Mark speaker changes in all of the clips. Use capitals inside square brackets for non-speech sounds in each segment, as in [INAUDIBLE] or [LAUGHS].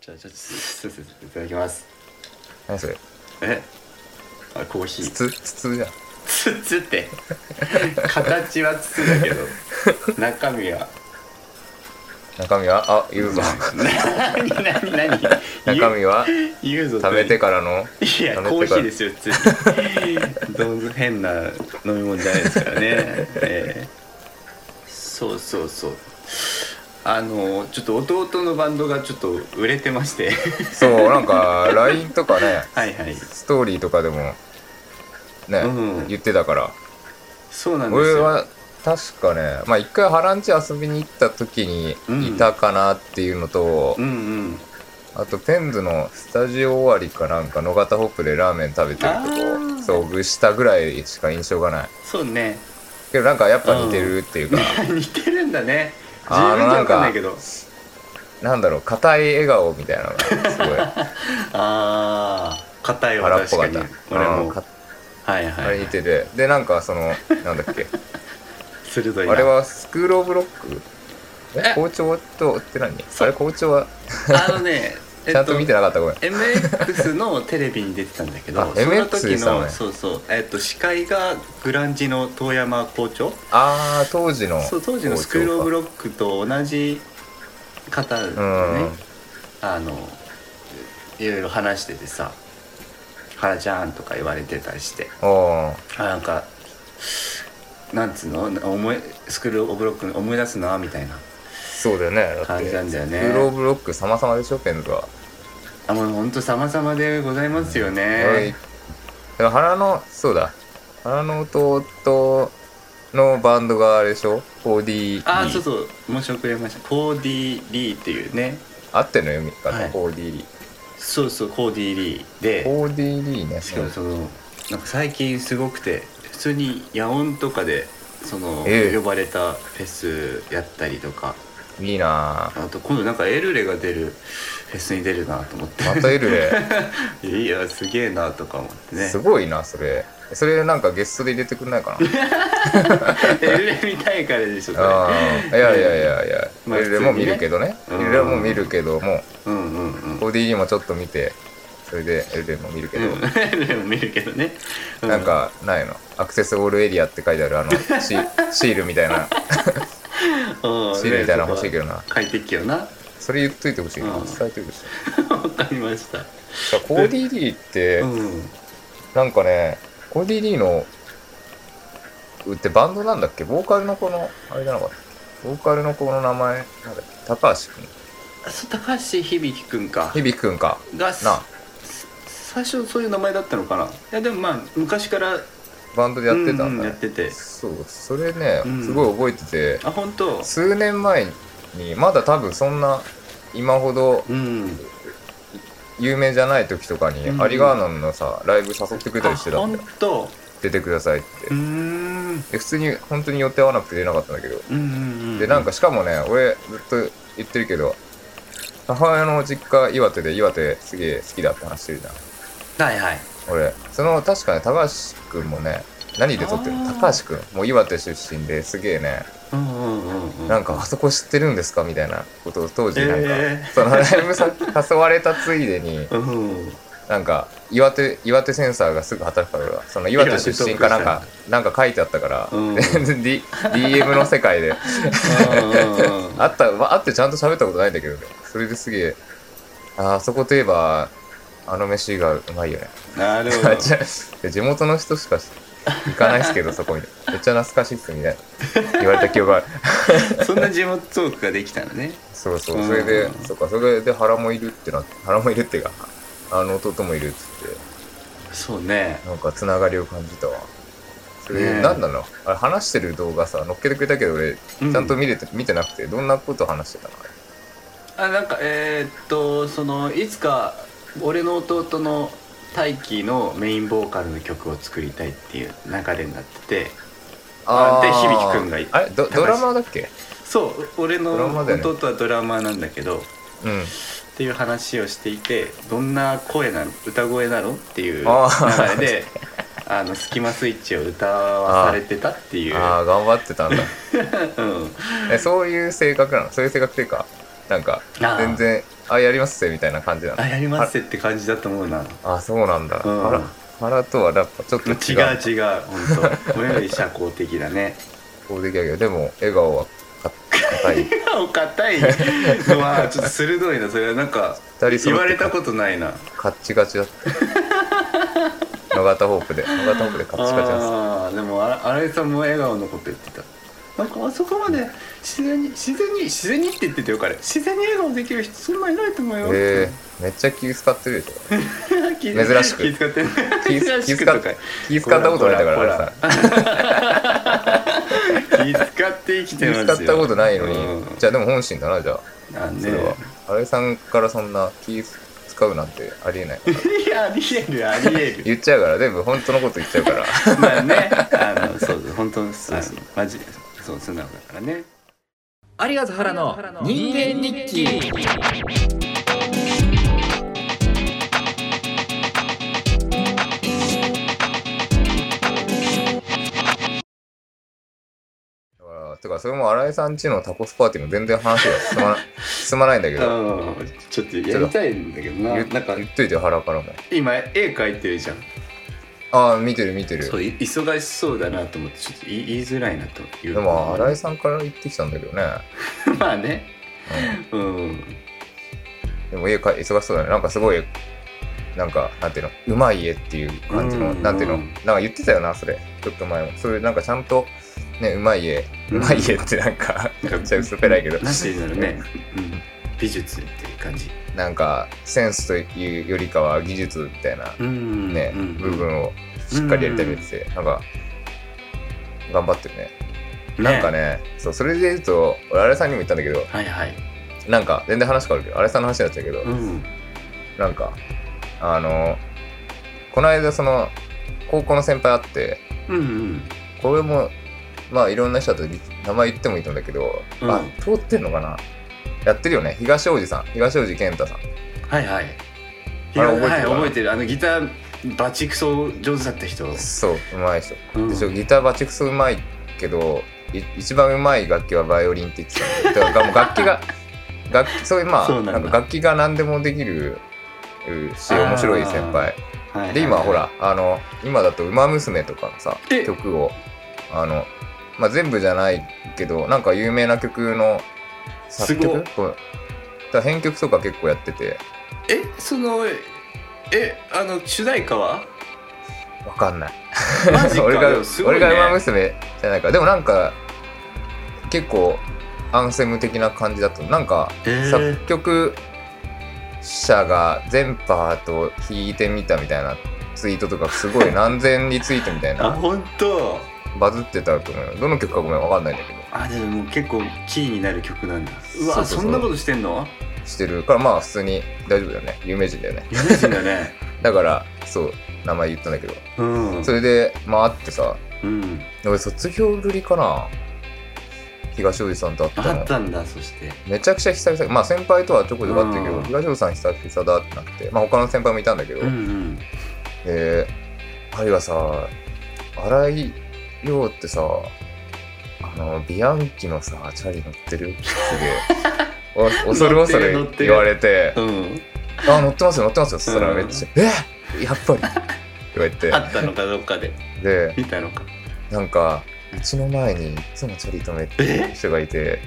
Speaker 1: じゃあじゃあすすすいただきます
Speaker 2: 何それ
Speaker 1: えあコーヒー
Speaker 2: 筒筒じゃん
Speaker 1: 筒って形は筒だけど中身は
Speaker 2: 中身はあ言うぞ
Speaker 1: 何何何
Speaker 2: 中身は
Speaker 1: 言うぞ
Speaker 2: 食べてからの
Speaker 1: いや
Speaker 2: 食べてから
Speaker 1: コーヒーですよ普通にどんず変な飲み物じゃないですからね、ええそうそうそうあのちょっと弟のバンドがちょっと売れてまして
Speaker 2: そうなんか LINE とかね
Speaker 1: はいはい
Speaker 2: ストーリーとかでもね、
Speaker 1: うん
Speaker 2: 言ってたから
Speaker 1: そうなんです
Speaker 2: 俺
Speaker 1: よ
Speaker 2: は確かねまあ一回ハランチ遊びに行った時にいたかなっていうのと、
Speaker 1: うんうん
Speaker 2: あとペンズのスタジオ終わりかなんか野方ホップでラーメン食べてるとこ
Speaker 1: あー
Speaker 2: 遭遇したぐらいしか印象がない
Speaker 1: そうね
Speaker 2: けどなんかやっぱ似てるっていうか、
Speaker 1: [LAUGHS] 似てるんだね自
Speaker 2: あ
Speaker 1: 分
Speaker 2: ー
Speaker 1: じゃ分かんないけ
Speaker 2: あ
Speaker 1: ど
Speaker 2: なんだろう硬い笑顔みたいなのがすご
Speaker 1: [LAUGHS]
Speaker 2: い
Speaker 1: ああ硬いわ
Speaker 2: 腹っ
Speaker 1: 確
Speaker 2: ぽか
Speaker 1: か
Speaker 2: っ
Speaker 1: に
Speaker 2: た
Speaker 1: 俺
Speaker 2: う
Speaker 1: も
Speaker 2: んか
Speaker 1: はい
Speaker 2: あ
Speaker 1: はい、
Speaker 2: れ
Speaker 1: は
Speaker 2: 似
Speaker 1: い、
Speaker 2: ててでなんかそのな
Speaker 1: [LAUGHS]
Speaker 2: んだっけ
Speaker 1: 鋭いな
Speaker 2: あれはスクール・オブ・ロック
Speaker 1: え
Speaker 2: 校長とって何
Speaker 1: そ
Speaker 2: あ
Speaker 1: う
Speaker 2: れ校長は
Speaker 1: あのね
Speaker 2: [LAUGHS] ちゃんと見てなかったごめん
Speaker 1: MX のテレビに出てたんだけ
Speaker 2: あ
Speaker 1: どその
Speaker 2: MX で
Speaker 1: 時
Speaker 2: したの
Speaker 1: の
Speaker 2: ね
Speaker 1: そうそう、えっと司会がグランジの遠山校長
Speaker 2: ああ当時の
Speaker 1: そう当時のスクール・オブ・
Speaker 2: ロ
Speaker 1: ロックと同じ方でね、
Speaker 2: うん
Speaker 1: あのいろいろ話しててさ「原ちゃん」とか言われてたりして
Speaker 2: ックおー
Speaker 1: あなんかなんつうの思いスクール・オブ・ロック思い出すなみたいな
Speaker 2: そうだよねだって
Speaker 1: 感じなんだよね
Speaker 2: スクール・オブ・ロック様々でしょペンズは
Speaker 1: あもうほんと様々でございますよ
Speaker 2: はい
Speaker 1: ね、
Speaker 2: でも原のそうだ原の弟のバンドがあれでしょ 4D
Speaker 1: あそうそう申し遅れましたコーディー・リーっていうね
Speaker 2: 合ってんの読み方、
Speaker 1: はい
Speaker 2: 4D
Speaker 1: そうそうコーディー・リーで
Speaker 2: 4D ね
Speaker 1: しかもそのなんか最近すごくて普通に野音とかでその、
Speaker 2: ええ
Speaker 1: 呼ばれたフェスやったりとか
Speaker 2: いいなぁ
Speaker 1: あと今度なんかエルレが出るフェスに出るなと思って
Speaker 2: またエルレ、
Speaker 1: [LAUGHS] いやすげえなとか思ってね
Speaker 2: すごいなそれそれなんかゲストで入れてくんないかな
Speaker 1: エルレ見たいからでしょ [LAUGHS] それ
Speaker 2: ああいやいやいやいや、
Speaker 1: まあ
Speaker 2: エルレも見るけどね
Speaker 1: 普通にね
Speaker 2: エルレも見るけども
Speaker 1: うんうんうん
Speaker 2: 4D もちょっと見てそれでエルレも見るけど、
Speaker 1: うんエルレも見るけどねう
Speaker 2: なんかないのアクセスオールエリアって書いて
Speaker 1: [LAUGHS]
Speaker 2: あるあのシシールみたいな
Speaker 1: うん
Speaker 2: シールみたいなの欲しいけどな
Speaker 1: 快適よな
Speaker 2: それ言っといてほしいな、
Speaker 1: うん
Speaker 2: 伝えてほしい
Speaker 1: わかりました
Speaker 2: だから 4DD って
Speaker 1: うん
Speaker 2: なんかね 4DD のってバンドなんだっけボーカルの子のあれじゃなかったっけボーカルの子の名前なんだっけ高橋くん
Speaker 1: そう高橋響くんか
Speaker 2: 響くんか
Speaker 1: が
Speaker 2: な
Speaker 1: 最初そういう名前だったのかないやでもまあ昔からやっ
Speaker 2: バンドでやってた
Speaker 1: うんんうん、
Speaker 2: だ、ね
Speaker 1: やってて
Speaker 2: そうそれね
Speaker 1: うん
Speaker 2: すごい覚えてて、
Speaker 1: あ本当
Speaker 2: 数年前にまだ多分そんな今ほど
Speaker 1: うん
Speaker 2: 有名じゃない時とかに、
Speaker 1: うん
Speaker 2: アリガーノンのさライブ誘ってくれたりして
Speaker 1: あ
Speaker 2: たんだ
Speaker 1: 本
Speaker 2: よ
Speaker 1: 当う
Speaker 2: 出てくださいって
Speaker 1: ーん
Speaker 2: で普通に本当に予定合わなくて出なかったんだけど
Speaker 1: うんうんう
Speaker 2: でなんかしかもね俺ずっと言ってるけど母親の実家岩手で岩手すげえ好きだって話してるじゃん
Speaker 1: はいはい
Speaker 2: 俺その確かね高橋くんもね何で撮ってる
Speaker 1: あ
Speaker 2: の
Speaker 1: ー
Speaker 2: 高橋くんもう岩手出身ですげえね
Speaker 1: うんうんうんうん
Speaker 2: なんかあそこ知ってるんですかみたいなことを当時なんか、
Speaker 1: え
Speaker 2: そのライブさ [LAUGHS] 誘われたついでに [LAUGHS]
Speaker 1: うん
Speaker 2: なんか岩手岩手センサーがすぐ働くから俺はその岩手出身かなん
Speaker 1: 岩
Speaker 2: かなんか書いてあったから、
Speaker 1: うん
Speaker 2: [LAUGHS] D- DM の世界で
Speaker 1: うんうん
Speaker 2: あった、まあ、会ってちゃんと喋ったことないんだけどね。それですげえ、ああそこといえば、あの飯がうまいよね。
Speaker 1: なるほど
Speaker 2: じゃあ地元の人しか行かないっ
Speaker 1: [LAUGHS]
Speaker 2: すけど、そこに。めっちゃ懐かしいっすみたいな。言われた記憶がある。
Speaker 1: そんな地元トークができたのね
Speaker 2: そうそうう。
Speaker 1: ん
Speaker 2: それで、そっか、それで腹もいるってなって、腹もいるっていうか、あの弟もいるっつっ
Speaker 1: そうね
Speaker 2: て、なんかつながりを感じたわ。それ、
Speaker 1: ねえ
Speaker 2: なんなのあれ話してる動画さ、乗っけてくれたけど俺、
Speaker 1: うん
Speaker 2: ちゃんと見れて、見てなくて、どんなこと話してたの
Speaker 1: あなんかえーっとそのいつか俺の弟の大輝のメインボーカルの曲を作りたいっていう流れになっててあで
Speaker 2: ー
Speaker 1: 響くんがい
Speaker 2: あれド
Speaker 1: 高橋
Speaker 2: ドラマーだっけ
Speaker 1: そう俺の
Speaker 2: ドラマだよね
Speaker 1: 弟はドラマーなんだけどっ
Speaker 2: うん。
Speaker 1: ていう話をしていてどんな声なの歌声なのっていう流
Speaker 2: あー
Speaker 1: れで [LAUGHS] 「あのスキマスイッチ」を歌わされてたっていう、
Speaker 2: ああ頑張っ
Speaker 1: [LAUGHS]
Speaker 2: てたんだ
Speaker 1: うん、
Speaker 2: えそういう性格なのそういう性格っていうかなんか
Speaker 1: あー
Speaker 2: 全然あ、やりますぜみたいな感じなの
Speaker 1: あ。やりますって感じだと思うな
Speaker 2: あ、そうなんだ。
Speaker 1: うん
Speaker 2: あら、あらとはやっぱちょっと
Speaker 1: 違う
Speaker 2: 違う。
Speaker 1: 違う本当俺より社交的だね
Speaker 2: こうできるけど、でも、笑顔は硬い。
Speaker 1: お硬 [LAUGHS] いのはちょっと鋭いなそれはなんか
Speaker 2: 二人
Speaker 1: 言
Speaker 2: 揃
Speaker 1: わ
Speaker 2: っ
Speaker 1: れ
Speaker 2: て
Speaker 1: たことないな
Speaker 2: カッチカチだった。野方ホープで、野方ホープでカッチカチなんです。
Speaker 1: ああでもあ新井さんも笑顔のこと言ってたなんかあそこまで自然に自然に自然にって言ってたよ彼自然に笑顔できる人そんないないと思うよ [LAUGHS]
Speaker 2: えー、めっちゃ気使ってるでしょ。
Speaker 1: 気
Speaker 2: 珍しく
Speaker 1: 気遣って [LAUGHS]
Speaker 2: 気
Speaker 1: 珍しくとか
Speaker 2: 気使ったことないんだから、あれさ。
Speaker 1: [LAUGHS] 気遣って生き
Speaker 2: 気
Speaker 1: てますよ
Speaker 2: 使ったことないのに、
Speaker 1: うん
Speaker 2: じゃあでも本心だな、じゃあ。
Speaker 1: あね
Speaker 2: それは。新井さんからそんな気使うなんてありえない。
Speaker 1: いやありえるありえる
Speaker 2: 言っちゃうから、全部本当のこと言っちゃうから。 [LAUGHS]
Speaker 1: まあね、あの、そう、本当、そう
Speaker 2: そう、
Speaker 1: マジ、そう、素直だからね。
Speaker 3: 有賀原の人間日記
Speaker 2: だから、てか、それも新井さんちのタコスパーティーも全然話が進まない、進まないんだけど、
Speaker 1: うん、ちょっとやりたいんだけどな、
Speaker 2: 言
Speaker 1: なんか、
Speaker 2: 言っといてよ、原からも。
Speaker 1: 今絵描いてるじゃん。
Speaker 2: ああ、見てる見てる
Speaker 1: そ。う、い忙しそうだなと思って、ちょっと言い言いづらいなという。
Speaker 2: でも、新井さんから言ってきたんだけどね。
Speaker 1: [LAUGHS] まあね、うん、
Speaker 2: うん、でも、家か忙しそうだね。なんかすごい、なんか、なんていうの、うまい家っていう感じの、
Speaker 1: うん
Speaker 2: なんていうの、
Speaker 1: うん
Speaker 2: なんか言ってたよな、それ。ちょっと前も。それ、なんかちゃんと、ね、うまい家、
Speaker 1: う
Speaker 2: うんまい家ってなんか、めっちゃ薄っぺらいけど、
Speaker 1: なんていうんだろうね、うん、美術っていう感じ。
Speaker 2: なんか、センスというよりかは技術みたいな。
Speaker 1: うん、
Speaker 2: ね、
Speaker 1: うん
Speaker 2: 部分をしっかりやりたいですって、なんか頑張ってるねなんか。ねそうそれで言うと俺荒井さんにも言ったんだけど
Speaker 1: はいはい、
Speaker 2: なんか全然話変わるけど荒井さんの話になっちゃうけど、
Speaker 1: うん、
Speaker 2: なんかあのこの間その高校の先輩あって
Speaker 1: うん、うん、
Speaker 2: これもまあいろんな人だと名前言ってもいいと思うんだけど、
Speaker 1: うん
Speaker 2: あ通ってんのかなやってるよね東王子さん東王子健太さん
Speaker 1: はいはい。
Speaker 2: あれ覚えてるかな
Speaker 1: はい、覚えてる、あのギター、バチクソ上手だった人。
Speaker 2: そううまい人
Speaker 1: うん
Speaker 2: でしょギターバチクソうまいけどい一番うまい楽器はバイオリンって言ってたんだよだからもう楽器が [LAUGHS] 楽器そういうまあ
Speaker 1: そう
Speaker 2: な
Speaker 1: なん
Speaker 2: ん
Speaker 1: だ
Speaker 2: か楽器が何でもできるうし面白い先輩
Speaker 1: はい
Speaker 2: で今
Speaker 1: はい
Speaker 2: ほらあの今だと「ウマ娘」とかのさ
Speaker 1: え
Speaker 2: 曲をあの、まあ、全部じゃないけどなんか有名な曲の作
Speaker 1: すご
Speaker 2: 曲
Speaker 1: い
Speaker 2: こうだから編曲とか結構やってて
Speaker 1: えそのえあの主題歌は
Speaker 2: [LAUGHS] わかんない
Speaker 1: マジか
Speaker 2: 俺が、
Speaker 1: すごい
Speaker 2: 俺
Speaker 1: ね
Speaker 2: が馬娘じゃないからでもなんか結構アンセム的な感じだとなんか、
Speaker 1: えー
Speaker 2: 作曲者が全パート弾いてみたみたいなツイートとかす
Speaker 1: [LAUGHS]
Speaker 2: ごい何千リツイートみたい
Speaker 1: あ
Speaker 2: な
Speaker 1: 本当
Speaker 2: バズってたと思うよどの曲かごめんわかんないんだけど
Speaker 1: あでも結構キーになる曲なんだうわ
Speaker 2: そ
Speaker 1: そう
Speaker 2: そうそうん
Speaker 1: なことしてんの
Speaker 2: してるからまあ普通に大丈夫だよね有名人だよね
Speaker 1: 有名人だね
Speaker 2: だからそう名前言ったんだけど
Speaker 1: [LAUGHS] うん
Speaker 2: それでまあ会ってさ
Speaker 1: うん
Speaker 2: 俺卒業ぶりかな東王子さんと会ったの
Speaker 1: あったんだそして
Speaker 2: めちゃくちゃ久々まあ先輩とはちょこちょこあったけど、
Speaker 1: うん
Speaker 2: 東野さん久々だってなってまあ他の先輩もいたんだけど、
Speaker 1: うんうん
Speaker 2: であるいはさ荒井亮ってさあのビアンキのさチャリ乗ってるす
Speaker 1: [LAUGHS]
Speaker 2: げえお恐る恐
Speaker 1: 乗っ
Speaker 2: る
Speaker 1: てる乗ってる
Speaker 2: 言われて
Speaker 1: うん
Speaker 2: 「あ乗ってますよ乗ってますよ」そしたらめっちゃ「えやっぱり」とか言って
Speaker 1: あったのかどっかで
Speaker 2: で
Speaker 1: 見たのか
Speaker 2: なんかうちの前にいつもチャリ止めてる人がいて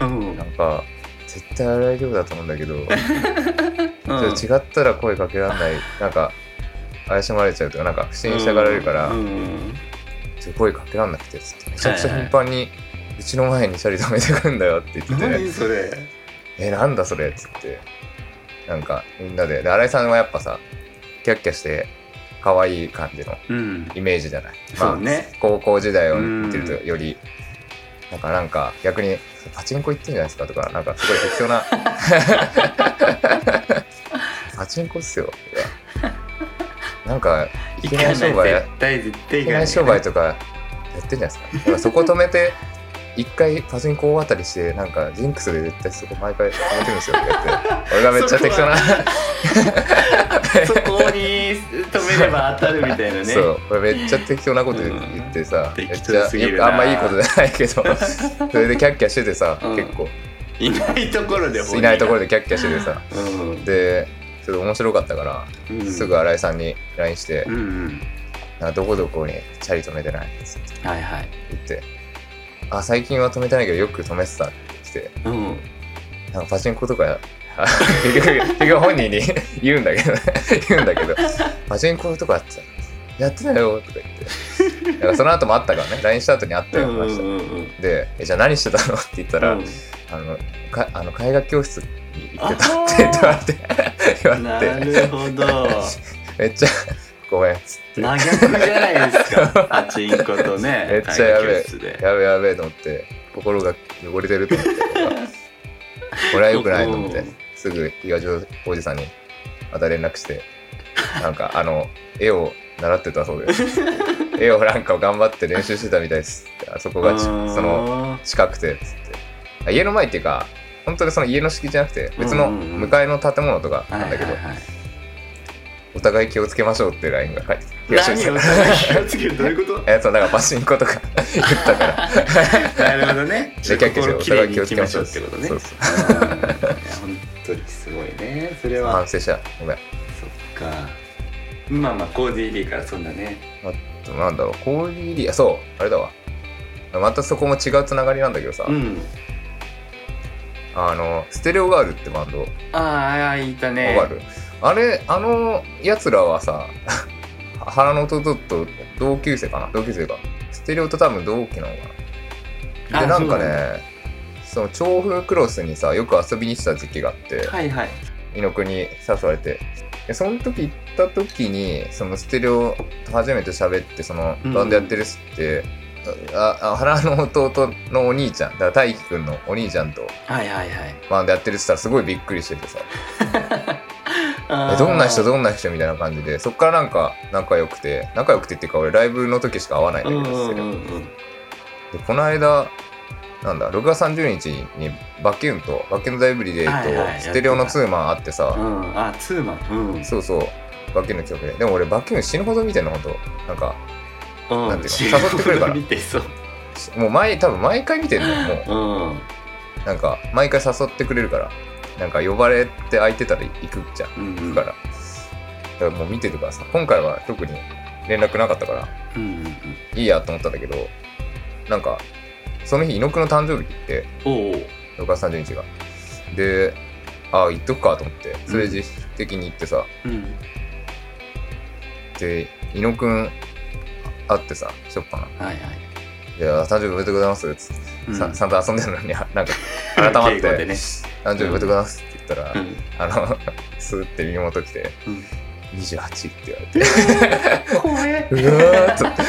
Speaker 1: うんうん
Speaker 2: なんか絶対荒井亮だと思うんだけど。ちょっと違ったら声かけらんない、なんか怪しまれちゃうとか、なんか不審者がられるから、
Speaker 1: うんうん
Speaker 2: ちょっと声かけらんなくてっつって、めちゃくちゃ頻繁に、うちの前にチャリ止めてくんだよって言ってて、
Speaker 1: 何それ
Speaker 2: え、なんだそれっつって、なんかみんなで、で、新井さんはやっぱさ、キャッキャして、可愛い感じの
Speaker 1: うん
Speaker 2: イメージじゃない。
Speaker 1: そうね
Speaker 2: 高校時代を見てるとより、なんかなんか逆に、パチンコ行ってんじゃないですかとか、なんかすごい適当 [LAUGHS] な。パチンコっすよ。いやなんか、い
Speaker 1: 行
Speaker 2: け
Speaker 1: かな
Speaker 2: な
Speaker 1: い
Speaker 2: い商売や、い
Speaker 1: 絶対絶対行
Speaker 2: け
Speaker 1: か
Speaker 2: な
Speaker 1: ない
Speaker 2: い商売とかやってんじゃないですか。だからそこ止めて、一回パチンコ大当たりして、なんかジンクスで絶対そこ毎回止めてるんですよとか言って、俺がめっちゃ適当な。
Speaker 1: そこに止めれば当たるみたいなね
Speaker 2: そうこれめっちゃ適当なこと言
Speaker 1: う
Speaker 2: っ
Speaker 1: ん
Speaker 2: 言ってさ、
Speaker 1: 適
Speaker 2: めっ
Speaker 1: 当
Speaker 2: ちゃ
Speaker 1: すぎる
Speaker 2: よくあ
Speaker 1: なん [LAUGHS]
Speaker 2: まいいことじゃないけどそれでキャッキャしててさ、
Speaker 1: うん
Speaker 2: 結構
Speaker 1: いないところで
Speaker 2: いないところでキャッキャしててさ
Speaker 1: ろうん
Speaker 2: でちょっと面白かったから、
Speaker 1: うん
Speaker 2: すぐ新井さんに LINE して
Speaker 1: うんうん
Speaker 2: 「なんかどこどこにチャリ止めてない?」っつって
Speaker 1: はいはい
Speaker 2: 言って「あ最近は止めてないけどよく止めてた」って来て
Speaker 1: うん
Speaker 2: なんかパチンコとか [LAUGHS] 結局結局本人に [LAUGHS] 言うんだけど言うんだけどパチンコとかやってたやってたよとか言ってだからその後もあったからね LINE した後にあった
Speaker 1: う
Speaker 2: よ
Speaker 1: んうん
Speaker 2: 話
Speaker 1: うんうん
Speaker 2: でえ「じゃあ何してたの?」って [LAUGHS] 言ったら「
Speaker 1: うん
Speaker 2: あのかあの絵画教室に行ってた」って言われて言わ
Speaker 1: な
Speaker 2: れて
Speaker 1: るほど
Speaker 2: めっちゃ [LAUGHS] 「ごめん」っつって
Speaker 1: 真逆じゃないですかパチンコとね
Speaker 2: めっちゃやべえ
Speaker 1: 絵画教室で
Speaker 2: やべやべえと思って心が汚れてると思って俺はこれはよくないと思っ
Speaker 1: う
Speaker 2: て
Speaker 1: ん
Speaker 2: すぐ東おじさんにまた連絡してなんかあの絵を習ってたそうです
Speaker 1: [LAUGHS]
Speaker 2: 絵をなんか頑張って練習してたみたいですってあそこがちその
Speaker 1: の
Speaker 2: 近くてっつってあ家の前っていうか本当にその家の敷地じゃなくて別の
Speaker 1: うんうんうん
Speaker 2: 向かいの建物とか
Speaker 1: な
Speaker 2: なんん
Speaker 1: だけ
Speaker 2: だけ
Speaker 1: ど
Speaker 2: どお互い気をつけましょうって LINE が書いて東おじ
Speaker 1: 何
Speaker 2: さん
Speaker 1: を気をつけるどういうこ
Speaker 2: えそうなんかパチンコとか言ったから
Speaker 1: となるほどね
Speaker 2: じゃあキャッキャしよう
Speaker 1: 心きれいにいきましょうってことね
Speaker 2: そうそう
Speaker 1: うんいや本当にすごいねそれは
Speaker 2: 反省したごめん
Speaker 1: そっかまあまあコーディーリーからそんなね
Speaker 2: あとなんだろうコーディリアそうあれだわまたそこも違うつながりなんだけどさ、
Speaker 1: うん
Speaker 2: あのステレオガールってバンドわ
Speaker 1: ああいたね
Speaker 2: かる、あれあのやつらはさ [LAUGHS] 原の弟と同級生かな同級生かステレオと多分同期なのかなで
Speaker 1: あ
Speaker 2: なんか
Speaker 1: そうだ
Speaker 2: ねその調布クロスにさよく遊びに来た時期があって、
Speaker 1: はいはい
Speaker 2: 猪野くんに誘われてでその時行った時にそのステレオと初めて喋ってその
Speaker 1: うん
Speaker 2: バンドやってるっつって、ああ原の弟のお兄ちゃんだから大輝くんのお兄ちゃんと
Speaker 1: はいはいはい
Speaker 2: バンドやってるっつったらすごいびっくりしててさ
Speaker 1: あ
Speaker 2: え
Speaker 1: ー
Speaker 2: どんな人どんな人みたいな感じでそっからなんか仲良くて仲良くてっていうか俺ライブの時しか会わないんだ
Speaker 1: う
Speaker 2: け
Speaker 1: ん
Speaker 2: ど
Speaker 1: う
Speaker 2: ス
Speaker 1: ん
Speaker 2: テレ
Speaker 1: う
Speaker 2: オ
Speaker 1: んうん
Speaker 2: でこの間なんだ6月30日にバキュンとバキュンザエブリデイと
Speaker 1: はいはい
Speaker 2: ステレオのツーマンあってさ、
Speaker 1: うん、あ、ツーマン。うん。
Speaker 2: そうそう、バキュンの曲で。でも俺、バキュン死ぬほど見てんの、ほんと。なんか、
Speaker 1: うん
Speaker 2: なんていうの誘ってくれるから
Speaker 1: 見てそう。
Speaker 2: しもう毎、多分毎回見てんのよ、
Speaker 1: う
Speaker 2: も
Speaker 1: ん。
Speaker 2: う。なんか、毎回誘ってくれるから。なんか、呼ばれて空いてたら行くじゃん。
Speaker 1: うんう
Speaker 2: 行
Speaker 1: ん。
Speaker 2: くから。だからもう見ててからさ、今回は特に連絡なかったから、
Speaker 1: うんうんうん。
Speaker 2: いいやと思ったんだけど、なんか、その日、猪木の誕生日って、
Speaker 1: おう
Speaker 2: 6月31日が。で、ああ、行っとくかと思って、それ自主的に行ってさ、
Speaker 1: うん。
Speaker 2: で、猪野くん会ってさ、しょっぱな。
Speaker 1: はいはい。
Speaker 2: いやー、誕生日おめでとうございます。つって、
Speaker 1: うん
Speaker 2: さちゃんと遊んでるのに、 [LAUGHS] あなんか、改まっ
Speaker 1: 敬語で
Speaker 2: て、
Speaker 1: ね。
Speaker 2: 誕生日おめでとうございますって言ったら、
Speaker 1: うん
Speaker 2: あの、 [LAUGHS] スーって耳元来て、
Speaker 1: うん
Speaker 2: 28って言われて、
Speaker 1: 怖え。
Speaker 2: うわーっとっ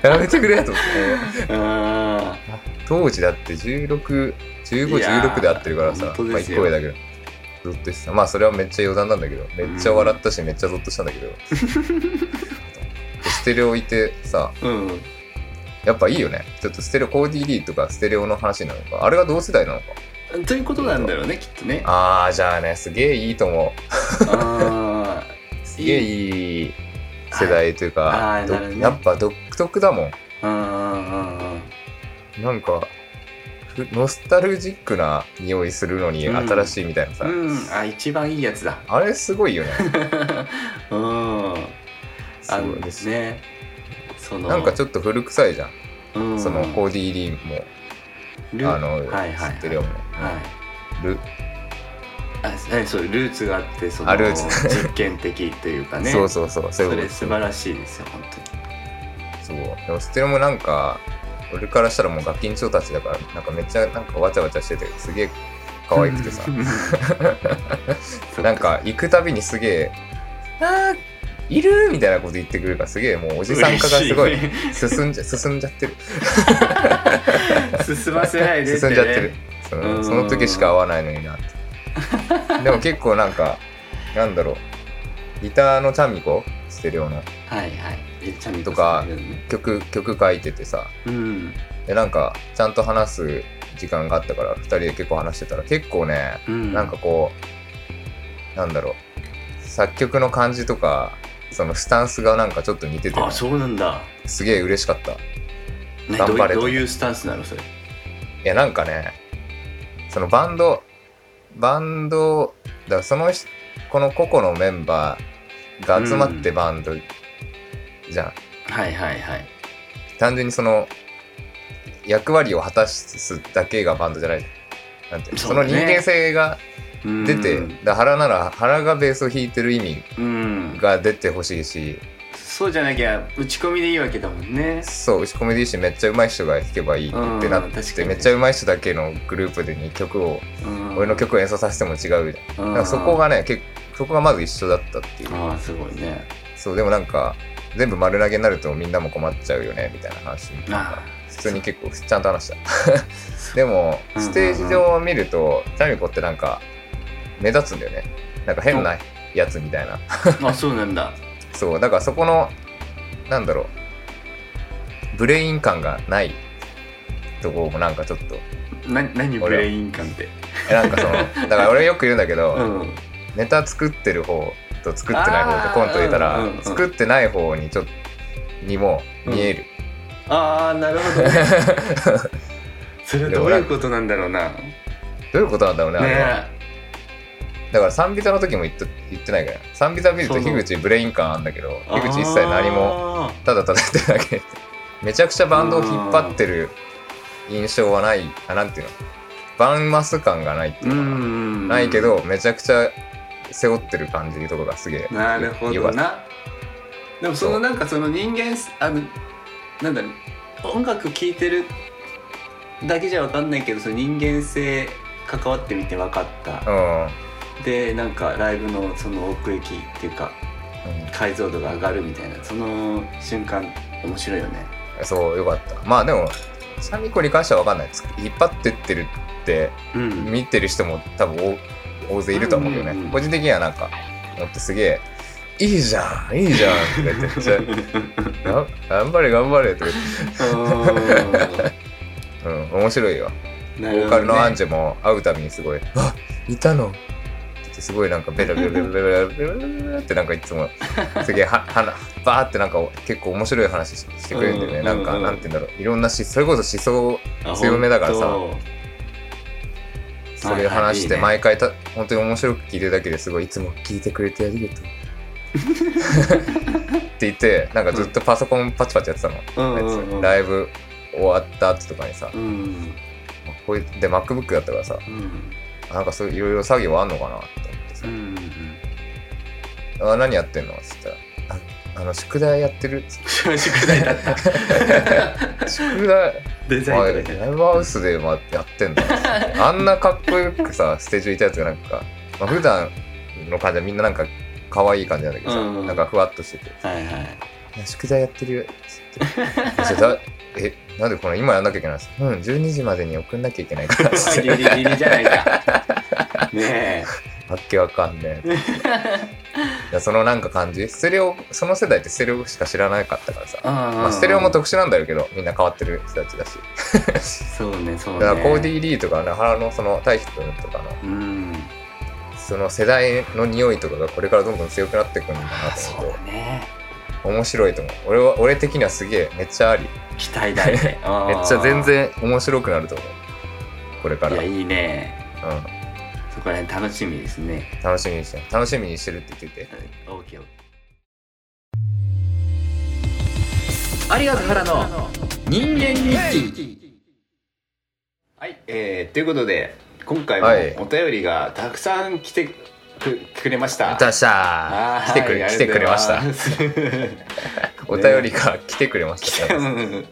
Speaker 2: て、 [LAUGHS] やめてくれと思って、
Speaker 1: あ
Speaker 2: 当時だって16、15、
Speaker 1: いやー
Speaker 2: 16で会ってるからさ、
Speaker 1: 本当
Speaker 2: まあ
Speaker 1: です
Speaker 2: 1
Speaker 1: よ
Speaker 2: 個上だけど、ゾッとしてた。まあ、それはめっちゃ余談なんだけど、めっちゃ笑ったし、めっちゃゾッとしたんだけど、ステレオいてさ、
Speaker 1: ーうん。
Speaker 2: やっぱいいよね。ちょっとステレオ、コーディリーとかステレオの話なのか。あれが同世代なのか。
Speaker 1: ということなんだろうね、きっとね。
Speaker 2: ああ、じゃあね、すげえいいと思
Speaker 1: あ
Speaker 2: う。すげえいい世代というか、
Speaker 1: はいあー
Speaker 2: ど
Speaker 1: なるほどね
Speaker 2: やっぱ独特だも
Speaker 1: ーうんうんうんうん。
Speaker 2: ん。なんか、ふノスタルジックな匂いするのに
Speaker 1: うん
Speaker 2: 新しいみたいなさ。
Speaker 1: うん。あ、一番いいやつだ。
Speaker 2: あれすごいよね。
Speaker 1: うん。
Speaker 2: す
Speaker 1: あ
Speaker 2: ご
Speaker 1: の
Speaker 2: いです。
Speaker 1: ね。その。
Speaker 2: なんかちょっと古臭いじゃん。
Speaker 1: うん
Speaker 2: そのコーディリーも、
Speaker 1: ル
Speaker 2: あの、
Speaker 1: はいはいはい
Speaker 2: ステレオも。
Speaker 1: はい。
Speaker 2: ル
Speaker 1: あえそうルーツがあってその
Speaker 2: あルーツ
Speaker 1: 実験的というかね
Speaker 2: そうそうそう。そう
Speaker 1: そ
Speaker 2: いうこと
Speaker 1: れ素晴らしいですよ本
Speaker 2: そう。でもステレオもなんか、俺からしたらもうガキンチョたちだから、なんかめっちゃなんかわちゃわちゃしてて、すげえ可愛く
Speaker 1: [LAUGHS]
Speaker 2: てさ
Speaker 1: 当。にそっ [LAUGHS]
Speaker 2: なんか行くたびにすげえ「あーいる!」みたいなこと言ってくるからすげえもうおじさん化がすごい
Speaker 1: 嬉し
Speaker 2: 進んじゃ進んじゃってる
Speaker 1: ね進ませないで
Speaker 2: 進んじゃってるそ
Speaker 1: うん
Speaker 2: のその時しか会わないのになってでも結構なんかなんだろうギターのチャミコステレオの
Speaker 1: はいはいちゃん
Speaker 2: とか
Speaker 1: う
Speaker 2: 曲曲書いててさ
Speaker 1: ん
Speaker 2: でなんかちゃんと話す時間があったから2人で結構話してたら結構ね
Speaker 1: うん
Speaker 2: なんかこうなんだろう作曲の感じとかそのスタンスがなんかちょっと似ててね
Speaker 1: あそうなんだ、
Speaker 2: すげえ嬉しかったい
Speaker 1: ね、
Speaker 2: 頑張れ
Speaker 1: どういうどういうスタンスなのそれ
Speaker 2: やなんかねそのバンドバンドだからその人この個々のメンバーが集まってバンドじゃん、
Speaker 1: はいはいはい
Speaker 2: 単純にその役割を果たすだけがバンドじゃないなんて
Speaker 1: そ
Speaker 2: そう
Speaker 1: だ
Speaker 2: の
Speaker 1: ね
Speaker 2: 人間性が出て、
Speaker 1: うん
Speaker 2: だ原なら原がベースを弾いてる意味
Speaker 1: うん
Speaker 2: が出てほしいし
Speaker 1: そうじゃなきゃ打ち込みでいいわけだもんね
Speaker 2: そう打ち込みでいいしめっちゃ上手い人が弾けばいいってな
Speaker 1: うん
Speaker 2: っ
Speaker 1: 確か
Speaker 2: て
Speaker 1: に
Speaker 2: めっちゃ上手い人だけのグループで2曲を
Speaker 1: うん
Speaker 2: 俺の曲を演奏させても違うじゃんだからそこがね結そこがまず一緒だったっていう
Speaker 1: ああすごいね
Speaker 2: そうでもなんか全部丸投げになるとみんなも困っちゃうよねみたいな話
Speaker 1: あ
Speaker 2: 普通に結構ちゃんと話した [LAUGHS] でも
Speaker 1: うんうんうん
Speaker 2: ステージ上を見るとチャミコってなんか目立つんだよねなんか変なやつみたいな
Speaker 1: ああそうなんだ [LAUGHS]
Speaker 2: そうだからそこのなんだろうブレイン感がないとこもなんかちょっと
Speaker 1: な何ブ
Speaker 2: 俺は
Speaker 1: レイン感って
Speaker 2: えなんかそのだから俺よく言うんだけ
Speaker 1: [LAUGHS]
Speaker 2: ど、
Speaker 1: うん
Speaker 2: ネタ作ってる方と作ってない方でコント入れたら、
Speaker 1: あーうんうん
Speaker 2: 作ってない方にちょっとにも見える、 [LAUGHS]
Speaker 1: ああなるほどねそれはどういうことなんだろうなね
Speaker 2: どういうことなんだろうねあれは
Speaker 1: え
Speaker 2: だから賛美座の時も言っと言ってないから賛美座見ると樋口ブレイン感あんだけど樋口一切何も
Speaker 1: も
Speaker 2: ただただやってるだけめちゃくちゃバンドを引っ張ってる印象はないあなんていうのバンマス感がないっていう
Speaker 1: う
Speaker 2: のかな、
Speaker 1: ん
Speaker 2: ないけどめちゃくちゃ背負ってる感じとかがすげえ
Speaker 1: なるほ
Speaker 2: よ
Speaker 1: ど
Speaker 2: かった
Speaker 1: なでもそのなんかその人間あのなんだろう音楽聴いてるだけじゃ分かんないけどその人間性関わってみて分かった
Speaker 2: うん、
Speaker 1: でなんかライブのその奥行きっていうか解像度が上がるみたいなその瞬間面白いよね
Speaker 2: うんそうよかったまあでもシャミ子に関しては分かんないつ引っ張ってってるって
Speaker 1: うん
Speaker 2: 見てる人も多分大大勢いると思うけどね、
Speaker 1: うんうんうん
Speaker 2: 個人的にはなんか思ってすげえいいじゃんいいじゃんとか言ってめっち
Speaker 1: [LAUGHS]
Speaker 2: ゃ [LAUGHS] が頑張れ頑張れとか言って、うん、面白いよ
Speaker 1: ボ
Speaker 2: ボーカルのアンジェも会うたびにすごい「あいたの!」ってすごいなんかベラベラベラベラベラベラベラってなんかいつもすげえははなバーってなんか結構面白い話ししてくれるんだよね、
Speaker 1: うん
Speaker 2: なんか、
Speaker 1: うん
Speaker 2: なんて言うんだろういろんなしそれこそ思想強めだからさそれを話して
Speaker 1: はいはい
Speaker 2: 毎回た本当に面白く聞いてるだけですごいいつも聞いてくれてありがとうって言ってなんかずっとパソコンパチパチやってたの、あいつラ
Speaker 1: イ
Speaker 2: イブ終わった後とかにさ、
Speaker 1: ブうん
Speaker 2: こういうで MacBook だったからさ
Speaker 1: うん
Speaker 2: なんかそういろいろ作業あんのかなって思ってさ
Speaker 1: うんうん
Speaker 2: あ何やってんの?」っつったら「ああの宿題やってる」っつっ
Speaker 1: うん宿題だった
Speaker 2: て「宿題
Speaker 1: [LAUGHS] デ
Speaker 2: お
Speaker 1: ザイ
Speaker 2: 前
Speaker 1: ンとかじゃない
Speaker 2: ライブハウスでまやってんだ」あんなかっこよくさステージにいたやつがなんか、まあ、普段の感じはみんななんか可愛い感じなんだけどさ、
Speaker 1: うんうん
Speaker 2: なんかふわっとしてて
Speaker 1: はいはい
Speaker 2: いや「宿題やってるよ」っつってそしたらだ「 [LAUGHS] えなんでこの今やんなきゃいけないんですか?」うん12時までに送んなきゃいけないから」 [LAUGHS] っつって
Speaker 1: [LAUGHS] ギリギリじゃないか。ね
Speaker 2: わけわかんね [LAUGHS] えいやそのなんか感じステレオその世代ってステレオしか知らなかったからさ
Speaker 1: え。ま
Speaker 2: まあ、ステレオも特殊なんだろうけどみんな変わってる人たちだし
Speaker 1: そうね、そう
Speaker 2: だ
Speaker 1: ね。
Speaker 2: からコーデ
Speaker 1: ィ。
Speaker 2: ィ・リーとかね原のその大輝くんとかの
Speaker 1: うん。
Speaker 2: その世代の匂いとかがこれからどんどん強くなってくるんだなと
Speaker 1: そう
Speaker 2: 思って
Speaker 1: だね。
Speaker 2: 面白いと思う俺は俺的にはすげえめっちゃあり
Speaker 1: 期待だね。あ
Speaker 2: [LAUGHS] め
Speaker 1: ー
Speaker 2: っちゃ全。然面白くなると思うこれか
Speaker 1: い
Speaker 2: ら、
Speaker 1: や、
Speaker 2: うん、
Speaker 1: いいね。そこら辺楽しみですね。
Speaker 2: 楽しみにして楽しみにしてるって言ってて
Speaker 1: オーケーオーケ
Speaker 3: 有賀原の人間日記
Speaker 1: ーはい、えー、ということで、今回
Speaker 2: はい
Speaker 1: もお便りがたくさん来てくくれました。
Speaker 2: 出した
Speaker 1: あー
Speaker 2: 来てくれ
Speaker 1: はい
Speaker 2: 来てくれまし
Speaker 1: あ
Speaker 2: た
Speaker 1: りがとうございます
Speaker 2: お便りが来てくれまし
Speaker 1: [LAUGHS]
Speaker 2: た
Speaker 1: うんうん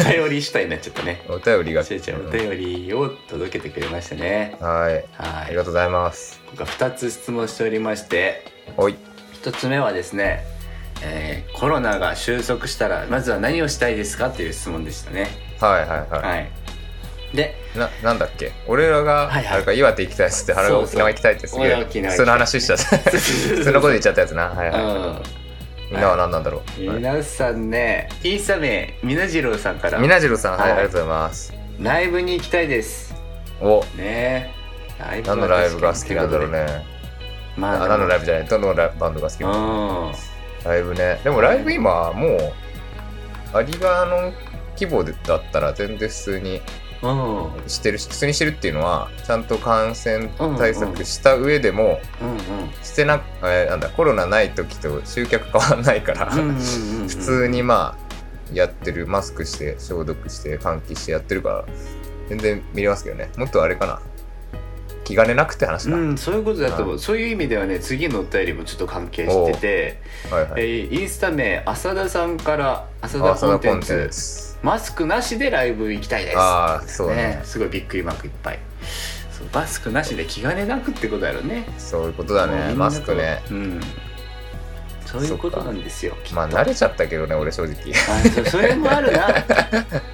Speaker 1: お便り主体になっちゃった
Speaker 2: [LAUGHS]
Speaker 1: ね。
Speaker 2: お便りが
Speaker 1: せいちゃん、お便りを届けてくれましたね。
Speaker 2: はい
Speaker 1: は
Speaker 2: あ
Speaker 1: い
Speaker 2: りが。とうございます
Speaker 1: 今回2つ質問しておりまして
Speaker 2: おい
Speaker 1: 1つ目はですね、えーコロナが収束したらまずは何をしたいですかという質問でしたね
Speaker 2: はいはいはい、
Speaker 1: はい
Speaker 2: [LAUGHS]
Speaker 1: で
Speaker 2: ななんだっけ俺ら
Speaker 1: は
Speaker 2: が、
Speaker 1: いはい
Speaker 2: あれか岩手行きたいっつって原が
Speaker 1: そうそう
Speaker 2: 沖縄行きたいってすげ
Speaker 1: 俺
Speaker 2: え
Speaker 1: は沖縄
Speaker 2: 普
Speaker 1: 行きたい
Speaker 2: 通の話しちゃっ
Speaker 1: [LAUGHS]
Speaker 2: た普通のこと言っちゃったやつなはいはい、みんなは何なんだろう、
Speaker 1: うん
Speaker 2: はい
Speaker 1: 皆さんねインスタ名みなじろうさんから
Speaker 2: みなじろうさんはい、
Speaker 1: はい
Speaker 2: ありがとうございます
Speaker 1: ライブに行きたいです
Speaker 2: お
Speaker 1: ねえライブは
Speaker 2: 何のライブが好きなんだろうね
Speaker 1: ま
Speaker 2: あ
Speaker 1: あ
Speaker 2: 何のライ
Speaker 1: ブ
Speaker 2: ブじゃないどのライブバンドが好き
Speaker 1: う
Speaker 2: なんライブねでもライブ今もうアリガーの規模だったら全然普通に
Speaker 1: うんうん
Speaker 2: してるし普通にしてるっていうのはちゃんと感染対策した上でも、してなえーなんだコロナない時と集客変わんないから、
Speaker 1: うんうんうんうん
Speaker 2: 普通にまあやってるマスクして消毒して換気してやってるから全然見れますけどねもっとあれかな気兼ねなくって話
Speaker 1: う
Speaker 2: か、
Speaker 1: ん、そういうことだと思
Speaker 2: は
Speaker 1: うそういう意味ではね次のお便りもちょっと関係してて、
Speaker 2: はいはい、
Speaker 1: えーインスタ名浅田さんから浅田
Speaker 2: 浅
Speaker 1: コ
Speaker 2: 田
Speaker 1: ンテ
Speaker 2: コ
Speaker 1: ン
Speaker 2: ン
Speaker 1: ツ
Speaker 2: テンツです
Speaker 1: マスクなしでライブ行きたいです
Speaker 2: ああそうね
Speaker 1: ねすごいびっくりマークいっぱいそうマスクなしで気兼ねなくってことやろね
Speaker 2: そういうことだ
Speaker 1: もうみんな
Speaker 2: ね
Speaker 1: と
Speaker 2: マスクね
Speaker 1: うんそういうことなんですよ
Speaker 2: まあ慣れちゃったけどね俺正直 [LAUGHS]
Speaker 1: あそそれもあるな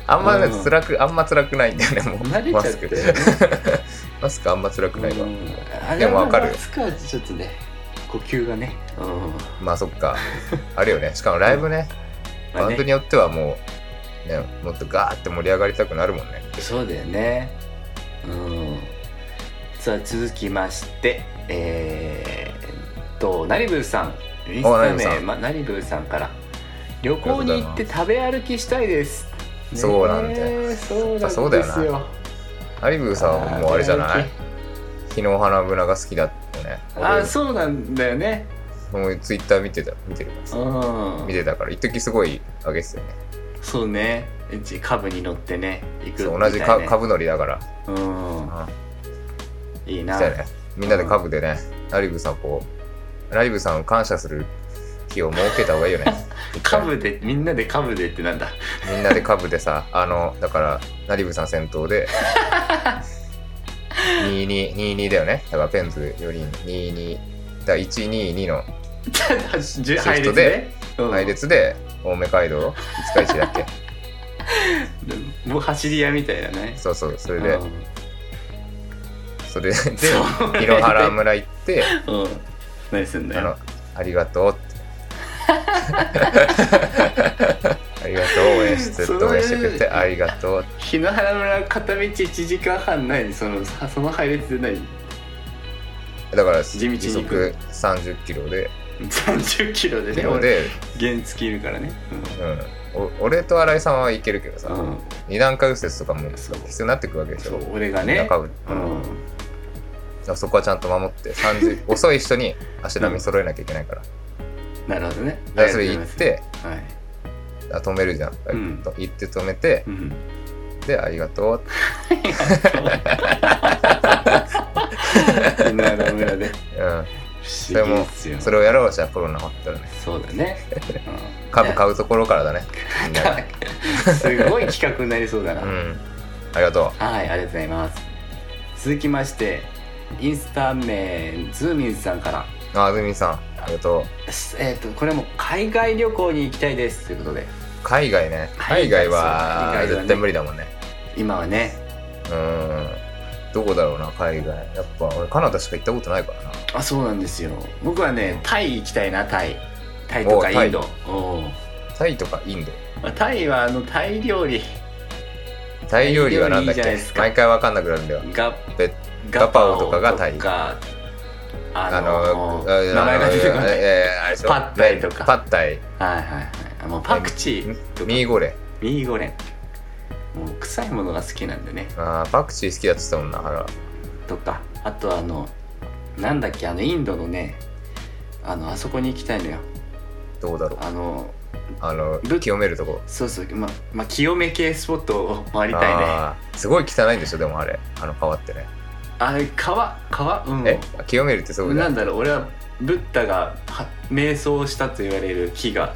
Speaker 2: あんまね
Speaker 1: うん
Speaker 2: 辛くあんま辛くないんだよねもう
Speaker 1: 慣れちゃ
Speaker 2: マ
Speaker 1: っ
Speaker 2: スク [LAUGHS]
Speaker 1: てる
Speaker 2: マスクあんま辛くないわ、
Speaker 1: うんあ
Speaker 2: でもわかる
Speaker 1: マスクはちょっとね呼吸がねうん
Speaker 2: まあそっかあるよねしかもライブね、
Speaker 1: まあ
Speaker 2: バンドに
Speaker 1: ね
Speaker 2: よってはもうねもっとガーって盛り上がりたくなるもんね
Speaker 1: そうだよねうんさあ続きましてえー、っとナリブーさんインスタ
Speaker 2: ナリブーさ
Speaker 1: 名
Speaker 2: ん
Speaker 1: まナリブーさんから旅行に行って食べ歩きしたいです
Speaker 2: そうなんだよ
Speaker 1: ねえそう
Speaker 2: ぱそ
Speaker 1: なんで
Speaker 2: うだよな
Speaker 1: すよ
Speaker 2: ハリブーさんはもうあれじゃな
Speaker 1: あ
Speaker 2: い日野花村が好きだってね
Speaker 1: ーあーそうなんだよね
Speaker 2: 俺もうツイッター見てた見てるから
Speaker 1: う
Speaker 2: さ
Speaker 1: ん
Speaker 2: 見てたから一時すごい上げてたよね
Speaker 1: そうねうち株に乗ってね行くみたい
Speaker 2: そう
Speaker 1: ね
Speaker 2: 同じか株乗りだから
Speaker 1: うんいいな
Speaker 2: 来たよねみんなで株でねハリブーさんこうハリブーさんを感謝する日を設けた方がいいよね
Speaker 1: [LAUGHS] 株でみんなで株でってなんだ
Speaker 2: みんなで株でさあのだからナリブさん先
Speaker 1: [LAUGHS]
Speaker 2: 頭で2222だよねだからペンズ4人22だから122の [LAUGHS]
Speaker 1: じゅ
Speaker 2: シ
Speaker 1: 配列
Speaker 2: フト
Speaker 1: で
Speaker 2: で、
Speaker 1: うん
Speaker 2: 配列で青梅街道五日市だっけ
Speaker 1: もう走り屋みたいなね
Speaker 2: そうそうそれ
Speaker 1: そ
Speaker 2: で、
Speaker 1: うん
Speaker 2: それで
Speaker 1: それで
Speaker 2: 日野原村行って
Speaker 1: [LAUGHS] うん何すんだ
Speaker 2: あの
Speaker 1: よ
Speaker 2: ありがとうって
Speaker 1: [LAUGHS]
Speaker 2: ありがとう応援してずっと応援してくれてありがとうって
Speaker 1: 日野原村片道1時間半ないそのさその配列でない
Speaker 2: だから
Speaker 1: 地道に行く
Speaker 2: 時速30キロで
Speaker 1: 30キロで
Speaker 2: キ
Speaker 1: ね
Speaker 2: ロ
Speaker 1: 俺
Speaker 2: で、
Speaker 1: 原付いるからね
Speaker 2: うん、お俺と新井さんは行けるけどさ、
Speaker 1: うん、うん
Speaker 2: 二段階右折とかも必
Speaker 1: そう
Speaker 2: 要になってくるわけでし
Speaker 1: そ
Speaker 2: ょ
Speaker 1: う俺が
Speaker 2: みんな
Speaker 1: ね
Speaker 2: 買う
Speaker 1: う
Speaker 2: うん
Speaker 1: ん
Speaker 2: だからそこはちゃんと守って30
Speaker 1: [LAUGHS]
Speaker 2: 遅い人に足並み揃えなきゃいけないから、
Speaker 1: なるほどね
Speaker 2: だからそれ行って
Speaker 1: はい
Speaker 2: あ止めるじゃん、
Speaker 1: ん
Speaker 2: と行って止めて
Speaker 1: うん
Speaker 2: でありがとう
Speaker 1: 日野原村で
Speaker 2: って、う
Speaker 1: 不思議っすよ
Speaker 2: ん、それをやろうじゃあコロナ終わったらね
Speaker 1: そうだ
Speaker 2: [LAUGHS]
Speaker 1: ね、
Speaker 2: 株買うところからだ
Speaker 1: [LAUGHS]
Speaker 2: ねみんなで
Speaker 1: うん、 [LAUGHS] すごい企画になりそうだな、
Speaker 2: うんありがと
Speaker 1: はい、ありがとうございます。続きまして、インスタ名、ズーミンさんから、
Speaker 2: うあ安住さんありがとう
Speaker 1: すえっ、と、これも海外旅行に行きたいですということで、
Speaker 2: 海外ね海外は
Speaker 1: 海外はね
Speaker 2: 絶対無理だもんね
Speaker 1: 今はね、
Speaker 2: うんどこだろうな海外やっぱ俺カナダしか行ったことないからな
Speaker 1: あ、そうなんですよ。僕はね、タイ行きたいな、タイ。タイとか
Speaker 2: おうタイ
Speaker 1: インド。おう
Speaker 2: タイとかインド
Speaker 1: まあタイはあのタイ料理
Speaker 2: タイ料理はなんだっ
Speaker 1: タイ料理いいじゃない
Speaker 2: け
Speaker 1: ですか
Speaker 2: 毎回わかんなくなるんだよ
Speaker 1: ガ
Speaker 2: ベ
Speaker 1: ガ
Speaker 2: ガ
Speaker 1: パ
Speaker 2: パ
Speaker 1: オ
Speaker 2: オ
Speaker 1: と
Speaker 2: と
Speaker 1: か
Speaker 2: か
Speaker 1: がタ
Speaker 2: がタ
Speaker 1: イ
Speaker 2: イ
Speaker 1: あ
Speaker 2: あ
Speaker 1: の
Speaker 2: の
Speaker 1: ー名前が出てこないはい
Speaker 2: えーあれでしょ
Speaker 1: パッタイとか
Speaker 2: パッタイ
Speaker 1: はいはいもうパクチーとか
Speaker 2: ミーゴレ
Speaker 1: ミーゴレンもう臭いものが好きなんでね
Speaker 2: あーパクチー好きだって言ってたもんなあら
Speaker 1: とかあとあのなんだっけあのインドのねあのあそこに行きたいのよ
Speaker 2: どうだろう
Speaker 1: あの
Speaker 2: あの
Speaker 1: ぶ
Speaker 2: 清めるとこ
Speaker 1: そうそうままあ清め系スポットを回りたいねあ
Speaker 2: あーすごい汚いんでしょでもあれあの川ってね
Speaker 1: れ川川う
Speaker 2: え
Speaker 1: ん
Speaker 2: 清めるってそうじ
Speaker 1: な
Speaker 2: ゃん
Speaker 1: んだろう俺はブッダがは瞑想したと言われる木が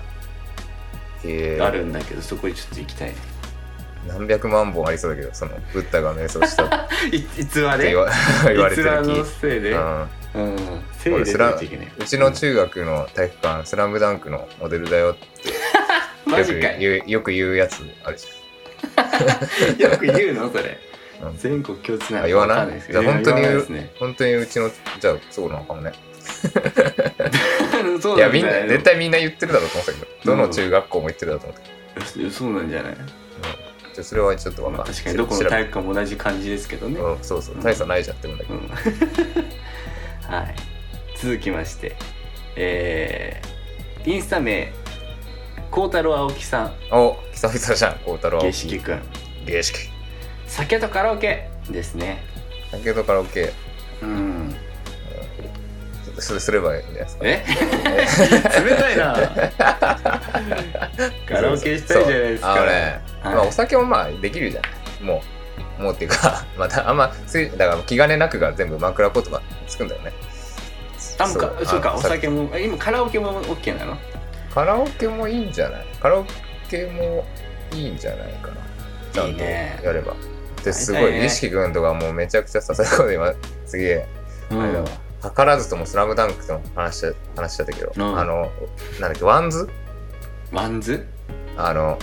Speaker 2: えー
Speaker 1: あるんだけど、そこにちょっと行きたいね [LAUGHS]
Speaker 2: 何百万本ありそうだけどそのブッダが瞑想
Speaker 1: [LAUGHS]
Speaker 2: したって
Speaker 1: い逸話で
Speaker 2: 言わ [LAUGHS] 言われて
Speaker 1: 逸話
Speaker 2: る木
Speaker 1: のせいで
Speaker 2: うん
Speaker 1: うんせいで
Speaker 2: 俺
Speaker 1: 出
Speaker 2: ス
Speaker 1: て
Speaker 2: ラ
Speaker 1: いけないう
Speaker 2: ちの中学の体育館「スラムダンクのモデルだよって
Speaker 1: マ
Speaker 2: よ
Speaker 1: ジ
Speaker 2: く
Speaker 1: かい
Speaker 2: 言うよく言うやつあるじゃん
Speaker 1: よく言うのそれ、
Speaker 2: うん
Speaker 1: 全国共通なの
Speaker 2: あ言わない
Speaker 1: かんですけど
Speaker 2: じゃあ本当に
Speaker 1: いや言わないですね [LAUGHS]
Speaker 2: 本当にうちのじゃあそうなのかもね
Speaker 1: そう
Speaker 2: いや
Speaker 1: なん
Speaker 2: みん
Speaker 1: じゃ
Speaker 2: な
Speaker 1: ない
Speaker 2: 絶対みんな言ってるだろうと思ったけどどの中学校も言ってるだろうと思ったけ
Speaker 1: そうなんじゃない、
Speaker 2: ど、じゃあそれはちょっとわかん
Speaker 1: まあ、
Speaker 2: ない
Speaker 1: 確かにどこの体
Speaker 2: 体
Speaker 1: 育館も同じ感じですけどね、
Speaker 2: うん、そうそう大差ないじゃんって思うんだけ
Speaker 1: う
Speaker 2: ど、
Speaker 1: ん [LAUGHS] はい続きましてえー、インスタ名孝太郎青木さん
Speaker 2: お久々じゃん孝太郎
Speaker 1: 下式くん
Speaker 2: 芸式
Speaker 3: 酒とカラオケ
Speaker 1: ですね
Speaker 2: 先ほどカラオケ
Speaker 1: うん
Speaker 2: すすればいいんじゃないですか
Speaker 1: え冷たいなカラオケしたいじゃないですか
Speaker 2: そうあのね
Speaker 1: はい
Speaker 2: まあ、お酒もまあできるじゃないもうもうっていうか [LAUGHS] またあんまついだから気兼ねなくが全部枕言葉つくんだよね
Speaker 1: あもうかそう
Speaker 2: あ
Speaker 1: か
Speaker 2: の
Speaker 1: お酒も今カラオケも OK なの
Speaker 2: カラオケもいいんじゃないカラオケもいいんじゃないかなちゃ
Speaker 1: いい
Speaker 2: んと
Speaker 1: ね
Speaker 2: やればですご
Speaker 1: やり
Speaker 2: い
Speaker 1: たいね
Speaker 2: 錦、識君とかもうめちゃくちゃさそれこそ今すげえあれだわ宝ずとも「スラムダンクとも話しちゃ話しちゃったけど、
Speaker 1: うん
Speaker 2: あのなんだっけワンズ
Speaker 1: ワンズ
Speaker 2: あの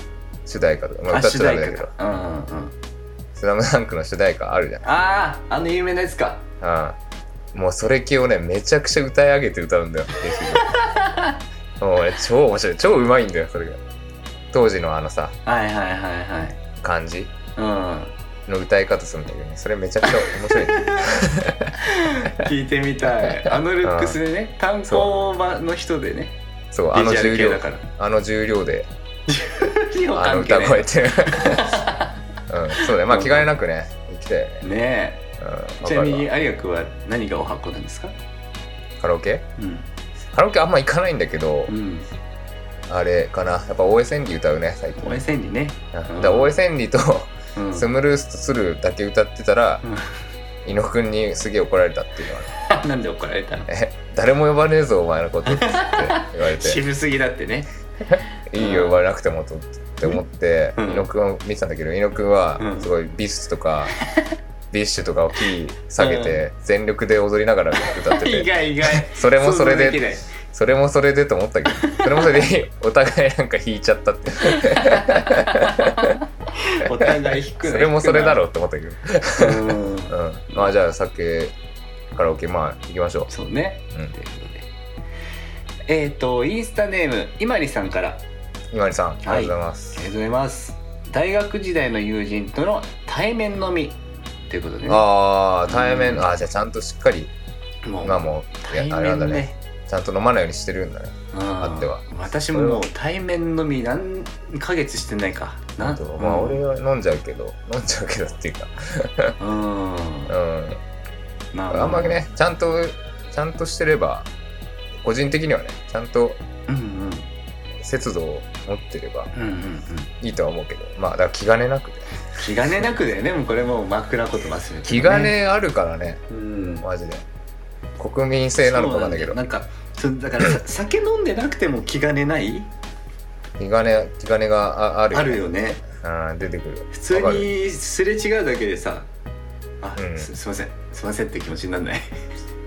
Speaker 2: 主題歌とか、まあ、
Speaker 1: あ
Speaker 2: 歌っち
Speaker 1: 主
Speaker 2: ゃダ
Speaker 1: 題
Speaker 2: メだけ
Speaker 1: 歌
Speaker 2: ど
Speaker 1: かうんうんうん
Speaker 2: 「スラムダンクの主題歌あるじゃん
Speaker 1: あああの有名なやつか
Speaker 2: うん、もうそれ系をねめちゃくちゃ歌い上げて歌
Speaker 1: [LAUGHS]
Speaker 2: うんだよもうね超面白い超うまいんだよそれが当時のあのさ
Speaker 1: はいはいはいはい
Speaker 2: 感じ
Speaker 1: うん
Speaker 2: の歌い方するんだけどねそれめちゃくちゃ面白い
Speaker 1: [LAUGHS] 聞いてみたいあのルックスでね観光場の人でね
Speaker 2: そうあの
Speaker 1: ビジュア
Speaker 2: 重
Speaker 1: ル系
Speaker 2: 量
Speaker 1: だから
Speaker 2: あの重量で
Speaker 1: 量
Speaker 2: あの
Speaker 1: 関
Speaker 2: 歌
Speaker 1: 係
Speaker 2: 声って
Speaker 1: [LAUGHS]
Speaker 2: うんそうだよまあ気兼ねなくね行きたいよね、
Speaker 1: ねね
Speaker 2: うんわ
Speaker 1: え
Speaker 2: か
Speaker 1: ち
Speaker 2: る
Speaker 1: な
Speaker 2: わ
Speaker 1: みに有賀君は何がお箱なんですか
Speaker 2: カラオケ
Speaker 1: うん
Speaker 2: カラオケあんま行かないんだけど
Speaker 1: うん
Speaker 2: あれかなやっぱ大江千里歌うね最近
Speaker 1: 応援せんにね
Speaker 2: うんだから大江千里と
Speaker 1: うん
Speaker 2: スムルースとスルーだけ歌ってたら、
Speaker 1: うん
Speaker 2: 猪野くんにすげえ怒られたっていうのは、ね、
Speaker 1: [LAUGHS] なんで怒られたの
Speaker 2: え誰も呼ばね [LAUGHS] えぞお前のことって言われて
Speaker 1: 渋すぎだってね
Speaker 2: いいよ呼ばれなくてもとって思って
Speaker 1: うん
Speaker 2: 猪野くんを見てたんだけど猪野くんは
Speaker 1: うん
Speaker 2: すごいビス
Speaker 1: [LAUGHS]
Speaker 2: とか、ビッシュとかをキー下げて全力で踊りながら
Speaker 1: [LAUGHS]
Speaker 2: 歌って
Speaker 1: 意
Speaker 2: て
Speaker 1: 外意外
Speaker 2: それもそれ
Speaker 1: 想像きな
Speaker 2: で
Speaker 1: い
Speaker 2: それもそれでと思ったけ
Speaker 1: [LAUGHS]
Speaker 2: どそれもそれでお互いなんか引いちゃったって
Speaker 1: お互い引くな
Speaker 2: それもそれだろうって思ったけど、
Speaker 1: うん
Speaker 2: うん、まあじゃあ酒カラオケまあ行きましょ
Speaker 1: そうね
Speaker 2: う、うん
Speaker 1: と、いうことでえっ、とインスタネームいまりさんから
Speaker 2: 今里さんあり
Speaker 1: はいう
Speaker 2: がとございます
Speaker 1: ありがとうございます大学時代の友人との対面のみということでね
Speaker 2: ああ対面、
Speaker 1: うん
Speaker 2: ああじゃあちゃんとしっかり
Speaker 1: も
Speaker 2: 今もういや
Speaker 1: 対
Speaker 2: あれな
Speaker 1: 面
Speaker 2: ん
Speaker 1: ね
Speaker 2: だねちゃんと飲まないようにしてるんだね
Speaker 1: うん
Speaker 2: あっては
Speaker 1: 私ももう対面のみ何ヶ月してないかな
Speaker 2: あとまあ
Speaker 1: うん
Speaker 2: 俺は飲んじゃうけど飲んじゃうけどっていうか
Speaker 1: うん
Speaker 2: うん
Speaker 1: ま
Speaker 2: あんまりねちゃんとちゃんとしてれば個人的にはねちゃんと
Speaker 1: うんうん
Speaker 2: 節度を持ってれば
Speaker 1: うんうんうん
Speaker 2: いいとは思うけどまあだから気兼ねなくて
Speaker 1: 気兼ねなくだよねもうこれもう枕言葉する
Speaker 2: 気兼ねあるからね
Speaker 1: うん
Speaker 2: マジで国民性なのかわかんないけど
Speaker 1: そうなんだよなんかそうだからさ酒飲んでなくても気兼ねない
Speaker 2: 気兼ね気兼ねがあある
Speaker 1: あるよね
Speaker 2: うん出てくる
Speaker 1: 普通
Speaker 2: わかる
Speaker 1: にすれ違うだけでさ「あ、
Speaker 2: うん
Speaker 1: すすいませんすいません」って気持ちになんない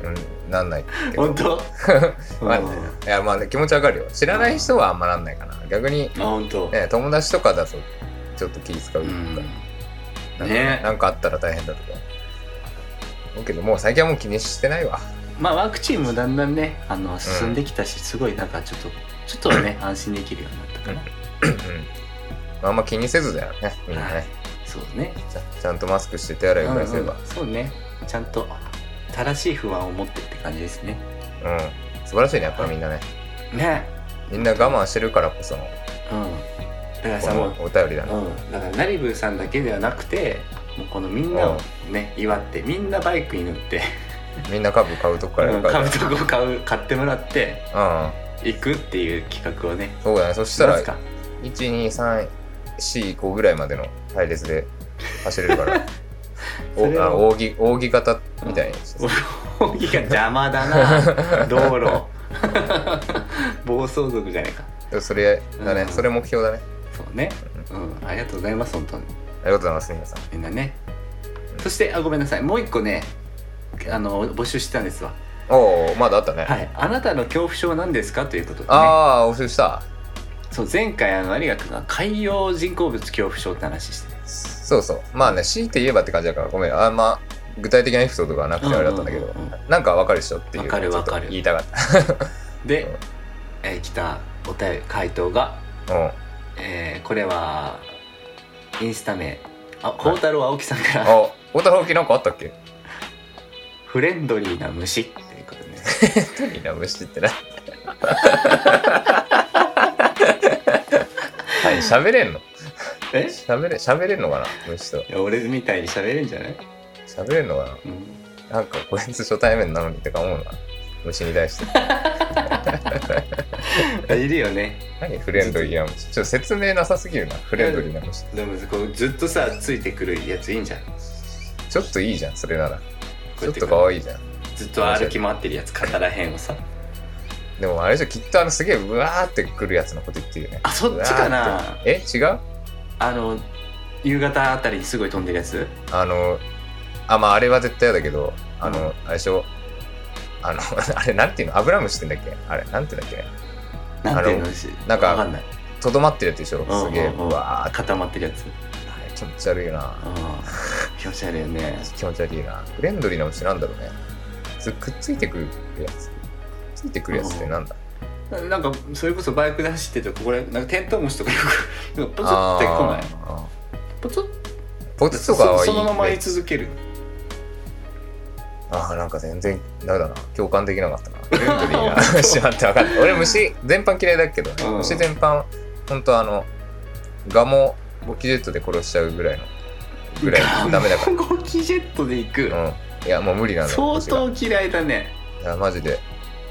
Speaker 2: うんなんないけど
Speaker 1: 本当
Speaker 2: [LAUGHS] まあねいやまあね気持ちわかるよ知らない人はあんまなんないかな逆に、
Speaker 1: あ本当
Speaker 2: ね、友達とかだとちょっと気使う
Speaker 1: う
Speaker 2: とか
Speaker 1: ん
Speaker 2: なんか
Speaker 1: ね
Speaker 2: なんかあったら大変だとかだけどもう最近はもう気にしてないわ
Speaker 1: まあワクチンもだんだんねあの進んできたし、すごいなんかちょっとちょっとは
Speaker 2: [COUGHS]
Speaker 1: ね安心できるようになったかな、
Speaker 2: うんまああんま気にせずだよねみんな
Speaker 1: は
Speaker 2: ね
Speaker 1: いそうね
Speaker 2: ちゃちゃんとマスクして手洗いをくらいすれば
Speaker 1: うんうんそうねちゃんと正しい不安を持ってって感じですね
Speaker 2: うん、素晴らしいねやっぱみんなね
Speaker 1: ね
Speaker 2: みんな我慢してるからこその
Speaker 1: うんだから
Speaker 2: こ
Speaker 1: さもう
Speaker 2: のお便りだね
Speaker 1: うん、だからナリブーさんだけではなくてもうこのみんなをね祝ってみんなバイクに乗って
Speaker 2: みんな株買うとこからや
Speaker 1: う
Speaker 2: る
Speaker 1: ん
Speaker 2: から
Speaker 1: 買うとこ買う買ってもらって
Speaker 2: う
Speaker 1: 行くっていう企画をね
Speaker 2: んそうだねそし
Speaker 1: した
Speaker 2: ら
Speaker 1: か [LAUGHS]
Speaker 2: 1234ぐらいまでの配列で走れるから
Speaker 1: [LAUGHS]
Speaker 2: お
Speaker 1: それは
Speaker 2: あ扇扇形みたいにして、
Speaker 1: 扇が邪魔だ
Speaker 2: [LAUGHS]
Speaker 1: な道路 [LAUGHS] 暴走族じゃないか
Speaker 2: それだね、
Speaker 1: うん
Speaker 2: それ目標だね
Speaker 1: そうね、うん、ありがとうございます本当に
Speaker 2: ありがとうございます皆さん
Speaker 1: みんなねそしてあごめんなさいもう一個ねあの募集してたんですわ、
Speaker 2: おおまだあったね、
Speaker 1: はい、あなたの恐怖症は何ですかということで、ね、
Speaker 2: ああ募集した
Speaker 1: そう前回あの有賀君が海洋人工物恐怖症って話して
Speaker 2: そうそうまあね強いて言えばって感じだからごめんあんま具体的なエピソードがなくてあれだったんだけど、
Speaker 1: うんうんう
Speaker 2: なんかわかるでしょっていう
Speaker 1: わかるわかる
Speaker 2: ちょっと言いたかっ
Speaker 1: で、えー来たお便り回答が、
Speaker 2: たうん
Speaker 1: えーこれはインスタ名あ孝太郎青木さんから
Speaker 2: あ太田朗希なんかあったっけ
Speaker 1: 「フレンドリーな虫」っていうことね
Speaker 2: 手にな
Speaker 1: [LAUGHS]
Speaker 2: 虫ってなはい喋れんの
Speaker 1: え
Speaker 2: 喋れ、喋れんのかなこの人。
Speaker 1: いや俺みたいに喋れるんじゃない、
Speaker 2: 喋れんのか
Speaker 1: うん
Speaker 2: ななんかこいつ初対面なのにとか思うな。虫に対して。
Speaker 1: [LAUGHS] いるよね
Speaker 2: 何フレンドリーな虫。ちょっと説明なさすぎるな。フレンドリーな虫。
Speaker 1: でもこうずっとさついてくるやついいんじゃんこ
Speaker 2: ちょっといいじゃん、それなら。
Speaker 1: う
Speaker 2: ち
Speaker 1: や
Speaker 2: ょってと可愛いじゃん。
Speaker 1: ずっと歩き回ってるやつ肩らへんをさ
Speaker 2: でもあれじゃきっとあのすげえうわーってくるやつのこと言ってるよね。
Speaker 1: あそっちか
Speaker 2: うわー
Speaker 1: な
Speaker 2: ってえ違う
Speaker 1: あの夕方あたりにすごい飛んでるやつ
Speaker 2: あの、あ、まああれは絶対嫌だけど、あの、あれでしょ。あの、 [LAUGHS] あれなんていうのアブラムシってんだっけあれなんていうんだっけ
Speaker 1: なんていう
Speaker 2: あ
Speaker 1: の
Speaker 2: の
Speaker 1: し
Speaker 2: なんか
Speaker 1: わかんない
Speaker 2: とどまってるやつでしょすげえ、
Speaker 1: うんうんうん
Speaker 2: うわーって
Speaker 1: 固まってるやつ
Speaker 2: [LAUGHS] あれ気持ち悪いな
Speaker 1: ああ気持ち悪いよね
Speaker 2: 気持ち悪いなフレンドリーな虫なんだろうねつくっついてくるやつついてくるやつってなんだ、
Speaker 1: ななんかそれこそバイクで走っててここらなんかテントウムシとかよくなんかポツ
Speaker 2: あ
Speaker 1: って来ない
Speaker 2: ーあ
Speaker 1: ポツッ
Speaker 2: ーポツとかはいい
Speaker 1: そそのまま居続ける
Speaker 2: あーなんか全然ダメだな共感できなかっ
Speaker 1: [LAUGHS]
Speaker 2: たなフレンドリーな虫なんて分かんない俺虫全般嫌いだけどね、
Speaker 1: うん
Speaker 2: 虫全般ほんとあのガモボキジェットで殺しちゃうぐらいのぐらいダメだか
Speaker 1: ゴキジェットで行く、
Speaker 2: らうんいやもう無理なんだよ
Speaker 1: 相
Speaker 2: 虫が
Speaker 1: 当嫌いだね
Speaker 2: いやマジで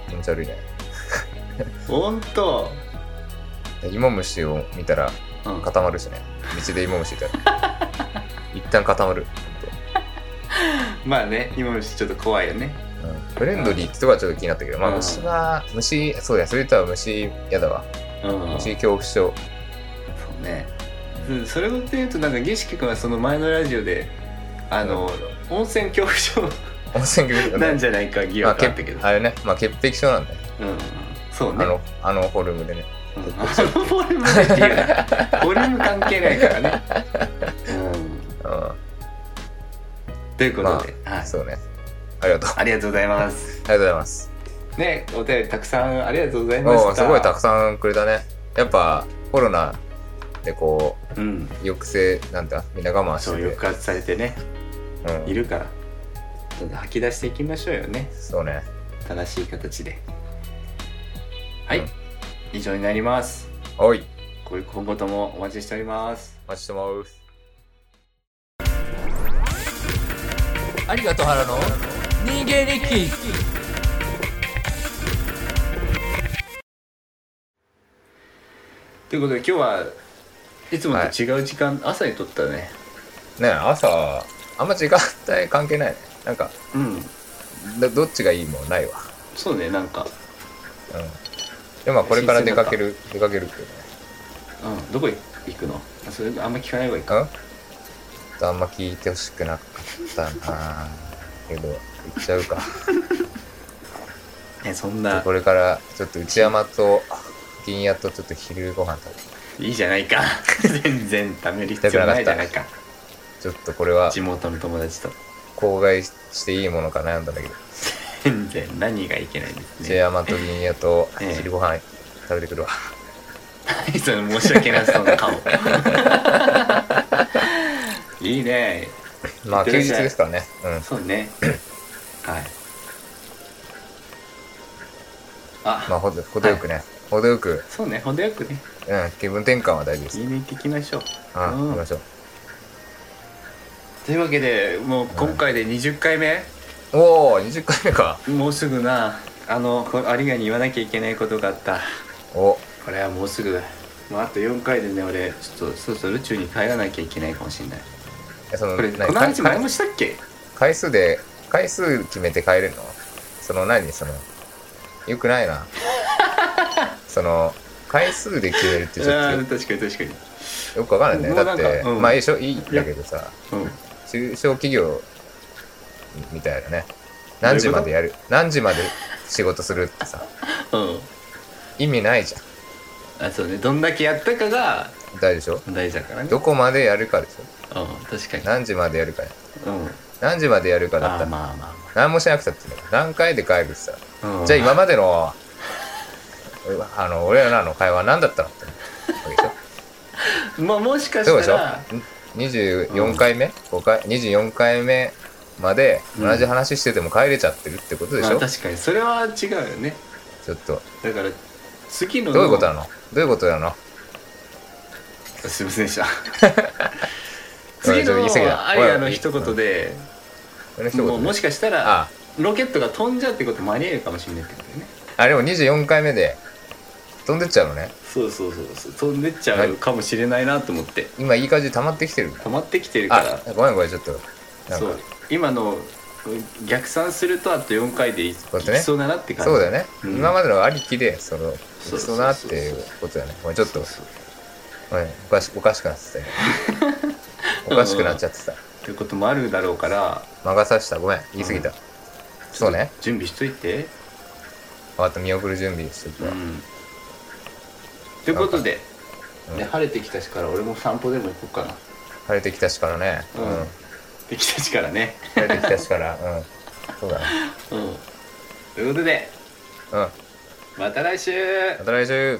Speaker 2: 気持ち悪いね
Speaker 1: 本当
Speaker 2: 芋虫を見たら
Speaker 1: うん
Speaker 2: 固まるしね道で芋虫いたら一旦固まる、
Speaker 1: まあね今虫ちょっと怖いよね
Speaker 2: うん、フレンドリーってとこはちょっと気になったけどまあ
Speaker 1: うん
Speaker 2: 虫は虫そうやそれとは虫嫌だわ
Speaker 1: うんそ
Speaker 2: 虫恐怖症
Speaker 1: うねうんそれで言うとなんか儀式君はその前のラジオであの、温泉恐怖症
Speaker 2: 温泉恐怖
Speaker 1: なん
Speaker 2: 症
Speaker 1: じゃないか疑
Speaker 2: まあ
Speaker 1: 惑あ
Speaker 2: 潔
Speaker 1: ったけど、
Speaker 2: あれねまあ潔癖症なんだよ、
Speaker 1: うんそう
Speaker 2: あ
Speaker 1: ね
Speaker 2: のあのフォルムでね
Speaker 1: うんあのフォルムだっていうなフォルム関係ないからね、うん、
Speaker 2: う
Speaker 1: ということで、は
Speaker 2: ん
Speaker 1: い、
Speaker 2: そうねありがとうあ
Speaker 1: ありがとうございます
Speaker 2: りがとうございます
Speaker 1: ねお便りたくさんありがとうございまし
Speaker 2: お
Speaker 1: た
Speaker 2: おすごいたく
Speaker 1: さ、
Speaker 2: さんくれたねやっぱコロナでこうん
Speaker 1: うん、
Speaker 2: 抑制なんだみんな我慢して
Speaker 1: そう
Speaker 2: て
Speaker 1: 抑圧されてね
Speaker 2: うん
Speaker 1: いるからちょっと吐き出していきましょうよね
Speaker 2: そうね
Speaker 1: 正しい形ではい、
Speaker 2: うん
Speaker 1: 以上になります
Speaker 2: おい
Speaker 1: これ今後ともお待ちしております
Speaker 2: お待ちしてますありがとう原野
Speaker 3: 逃げリキ
Speaker 1: ということで今日はいつもと違う時間、朝に撮ったね
Speaker 2: ねえ朝あんま時間帯関係ないねなんか
Speaker 1: うん
Speaker 2: どどっちがいいもんないわ
Speaker 1: そうねなんか、
Speaker 2: うんでもまあこれから出かける出かけるけどね
Speaker 1: うん、どこ行くのあそれあんま聞かない方がいいか
Speaker 2: うんちょっとあんま聞いてほしくなかったなけど行っちゃうか
Speaker 1: ねそんな
Speaker 2: これからちょっと内山と銀屋とちょっと昼ご飯食べて
Speaker 1: いいじゃない [LAUGHS] か全然ためる必要ないじゃないか
Speaker 2: ちょっとこれは
Speaker 1: 地元の友達と
Speaker 2: 口外していいものか悩んだんだけど
Speaker 1: 全然何がいけないです
Speaker 2: 内
Speaker 1: ね
Speaker 2: 山と銀屋と
Speaker 1: ええ
Speaker 2: 昼ご飯食べてくるわ
Speaker 1: 何 [LAUGHS] その申し訳なさそうな [LAUGHS] 顔いいね
Speaker 2: まあ
Speaker 1: いってらっ
Speaker 2: 休日
Speaker 1: しゃい
Speaker 2: ですからね。うん。
Speaker 1: そうねはいあ、
Speaker 2: まあほど程よくね、程よく、
Speaker 1: そうね程よくね
Speaker 2: うん、気分転換は大事です。
Speaker 1: いいねっていきましょう
Speaker 2: うん、
Speaker 1: うん
Speaker 2: 行きましょう。
Speaker 1: というわけでもう今回で20回目、
Speaker 2: おお、20回目か。
Speaker 1: もうすぐなあのこ有賀に言わなきゃいけないことがあった
Speaker 2: お、
Speaker 1: これはもうすぐもうあと4回でね俺ちょっとそろそろ宇宙に帰らなきゃいけないかもしれない
Speaker 2: えその
Speaker 1: これ
Speaker 2: 何
Speaker 1: この話前
Speaker 2: 回
Speaker 1: もしたっけ
Speaker 2: 回数で回数決めて帰れるの？その何そのよくな
Speaker 1: [LAUGHS]
Speaker 2: いな。その回数で決めるっ
Speaker 1: あ
Speaker 2: てちょ
Speaker 1: ー
Speaker 2: っ
Speaker 1: 確かに確かに
Speaker 2: とよくわかんないね。
Speaker 1: もう
Speaker 2: だ
Speaker 1: な
Speaker 2: っ
Speaker 1: んか
Speaker 2: て、
Speaker 1: うん
Speaker 2: まあ一緒いいんだけどさ、
Speaker 1: うん
Speaker 2: 中小企業みたいなね。何時までやる何時まで仕事するってさ
Speaker 1: うん
Speaker 2: 意味ないじゃん
Speaker 1: あそうねどんだけやったかが
Speaker 2: 大事でしょ
Speaker 1: 大事だからね
Speaker 2: どこまでやるかでしょ
Speaker 1: うん確かに
Speaker 2: 何時までやるかね
Speaker 1: うん
Speaker 2: 何時までやるかだっ
Speaker 1: あ
Speaker 2: た
Speaker 1: ー
Speaker 2: ら
Speaker 1: まあま
Speaker 2: 何もしなくたってね何回で帰るってさ、
Speaker 1: あまあ、うん、
Speaker 2: じゃあ今までのうわあの俺らの会話は何だったのってわけ
Speaker 1: [LAUGHS]
Speaker 2: でし
Speaker 1: まあもしか
Speaker 2: ょそうで
Speaker 1: し
Speaker 2: したょ
Speaker 1: ら
Speaker 2: 24回目、5回24回目まで同じ話してても帰れちゃってるってことでし
Speaker 1: ま
Speaker 2: ょ、
Speaker 1: あ確かにそれは違うよね
Speaker 2: ちょっと
Speaker 1: だから次の
Speaker 2: どういうことなのどういうことなの
Speaker 1: すいません
Speaker 2: [LAUGHS]
Speaker 1: でした
Speaker 2: ご
Speaker 1: 次
Speaker 2: めんちょっと言い過ぎ
Speaker 1: の
Speaker 2: た
Speaker 1: アリアの一言で
Speaker 2: 俺の一言
Speaker 1: も
Speaker 2: で
Speaker 1: うもしかしたら
Speaker 2: あ
Speaker 1: ロケットが飛んじゃうってこともありえるかもしれないけどね
Speaker 2: あれも24回目で飛んでっちゃうのね
Speaker 1: そうそうそうそう飛んでっちゃうかもしれないなと思って
Speaker 2: 今いい感じで溜まってきてるんだ
Speaker 1: 溜まってきてるか
Speaker 2: あ
Speaker 1: ら
Speaker 2: ごめんごめんちょっとなん
Speaker 1: そう
Speaker 2: か
Speaker 1: 今の逆算するとあと4回でいい
Speaker 2: こうやってね
Speaker 1: きそうだなって感じ
Speaker 2: そうだよね、
Speaker 1: うん
Speaker 2: 今までのありきでそのい
Speaker 1: そうそうそう
Speaker 2: きそうだなっていうことだよねもうちょっと
Speaker 1: そうそう
Speaker 2: ごめんおかしおかしくなって
Speaker 1: [LAUGHS]
Speaker 2: たよおかしくなっちゃってた
Speaker 1: っていうこともあるだろうから
Speaker 2: 魔が差したごめん言い過ぎた、
Speaker 1: うん
Speaker 2: そうね
Speaker 1: 準備しといて
Speaker 2: あと見送る準備してい
Speaker 1: う
Speaker 2: くわ、
Speaker 1: んということで、
Speaker 2: うん
Speaker 1: ね、晴れてきたしから俺も散歩でも行こうかな
Speaker 2: 晴れてきたしからね、
Speaker 1: う
Speaker 2: うんん
Speaker 1: できたしからね
Speaker 2: 晴れてきたしからうんそうだね
Speaker 1: うんということで
Speaker 2: うんま
Speaker 1: また来週
Speaker 2: た来週